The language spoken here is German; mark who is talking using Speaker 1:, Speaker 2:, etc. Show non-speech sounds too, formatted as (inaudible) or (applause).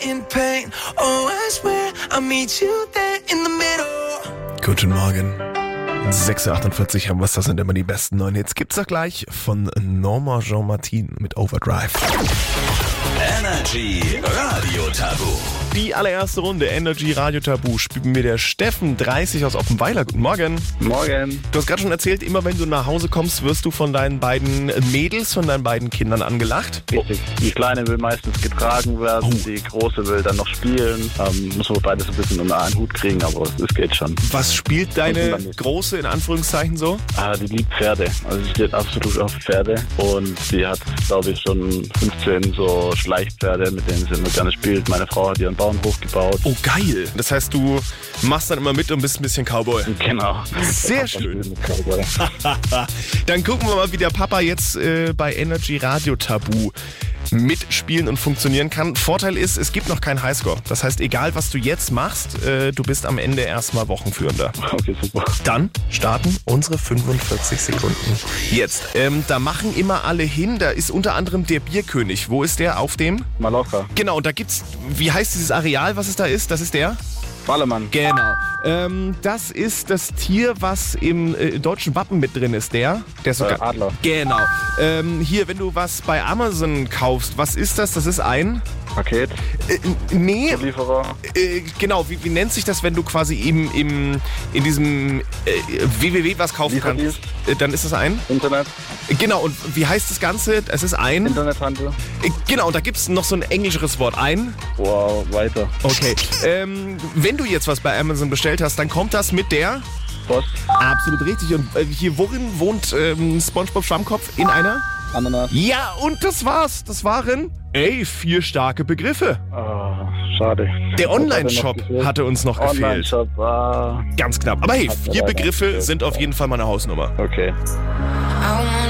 Speaker 1: in pain. Oh, I swear I'll meet you there in the middle.
Speaker 2: Guten Morgen. 6.48 haben wir das sind immer die besten neuen Hits. Gibt's doch gleich von Norma Jean-Martin mit Overdrive.
Speaker 3: Energy Radio Tabu.
Speaker 2: Die allererste Runde Energy Radio Tabu spielen wir der Steffen 30 aus Oppenweiler. Guten Morgen.
Speaker 4: Morgen.
Speaker 2: Du hast gerade schon erzählt, immer wenn du nach Hause kommst, wirst du von deinen beiden Mädels, von deinen beiden Kindern angelacht.
Speaker 4: Richtig. Die Kleine will meistens getragen werden, die Große will dann noch spielen. Ähm, muss man beides ein bisschen unter einen Hut kriegen, aber es es geht schon.
Speaker 2: Was spielt deine große in Anführungszeichen so?
Speaker 4: Ah, die liebt Pferde. Also sie steht absolut auf Pferde. Und sie hat, glaube ich, schon 15 so Schleichpferde, mit denen sie immer gerne spielt. Meine Frau hat ihren Bauernhof gebaut.
Speaker 2: Oh geil. Das heißt, du machst dann immer mit und bist ein bisschen Cowboy.
Speaker 4: Genau.
Speaker 2: Sehr schön. Dann gucken wir mal, wie der Papa jetzt äh, bei Energy Radio Tabu mitspielen und funktionieren kann. Vorteil ist, es gibt noch keinen Highscore. Das heißt, egal was du jetzt machst, äh, du bist am Ende erstmal Wochenführender.
Speaker 4: Okay, super.
Speaker 2: Dann starten unsere 45 Sekunden. Jetzt, ähm, da machen immer alle hin. Da ist unter anderem der Bierkönig. Wo ist der? Auf dem?
Speaker 4: Malocha.
Speaker 2: Genau, da gibt's, wie heißt dieses Areal, was es da ist? Das ist der?
Speaker 4: Ballermann.
Speaker 2: Genau. Ähm, das ist das Tier, was im äh, deutschen Wappen mit drin ist, der? Der ist
Speaker 4: Äh,
Speaker 2: sogar.
Speaker 4: Adler.
Speaker 2: Genau. Ähm, hier, wenn du was bei Amazon kaufst, was ist das? Das ist ein.
Speaker 4: Paket.
Speaker 2: Äh, nee.
Speaker 4: Lieferer.
Speaker 2: Äh, genau, wie, wie nennt sich das, wenn du quasi im, im, in diesem äh, www was kaufen kannst?
Speaker 4: Lieferdienst.
Speaker 2: Äh, dann ist das ein.
Speaker 4: Internet.
Speaker 2: Genau, und wie heißt das Ganze? Es ist ein.
Speaker 4: Internethandel.
Speaker 2: Äh, genau, und da gibt es noch so ein englischeres Wort. Ein.
Speaker 4: Wow, weiter. (laughs)
Speaker 2: Okay. Ähm, wenn du jetzt was bei Amazon bestellt hast, dann kommt das mit der.
Speaker 4: Post.
Speaker 2: Absolut richtig. Und äh, hier, worin wohnt ähm, SpongeBob Schwammkopf? In einer?
Speaker 4: Ananas.
Speaker 2: Ja, und das war's. Das waren, ey, vier starke Begriffe.
Speaker 4: Ah, schade.
Speaker 2: Der
Speaker 4: Was hat denn noch
Speaker 2: Online-Shop
Speaker 4: gefehlt?
Speaker 2: hatte uns noch gefehlt.
Speaker 4: Online-Shop. Ah,
Speaker 2: Ganz knapp. Aber hey,
Speaker 4: Hat mir
Speaker 2: vier
Speaker 4: leider
Speaker 2: Begriffe
Speaker 4: gefehlt.
Speaker 2: sind auf jeden Fall meine Hausnummer.
Speaker 4: okay.
Speaker 5: I wanna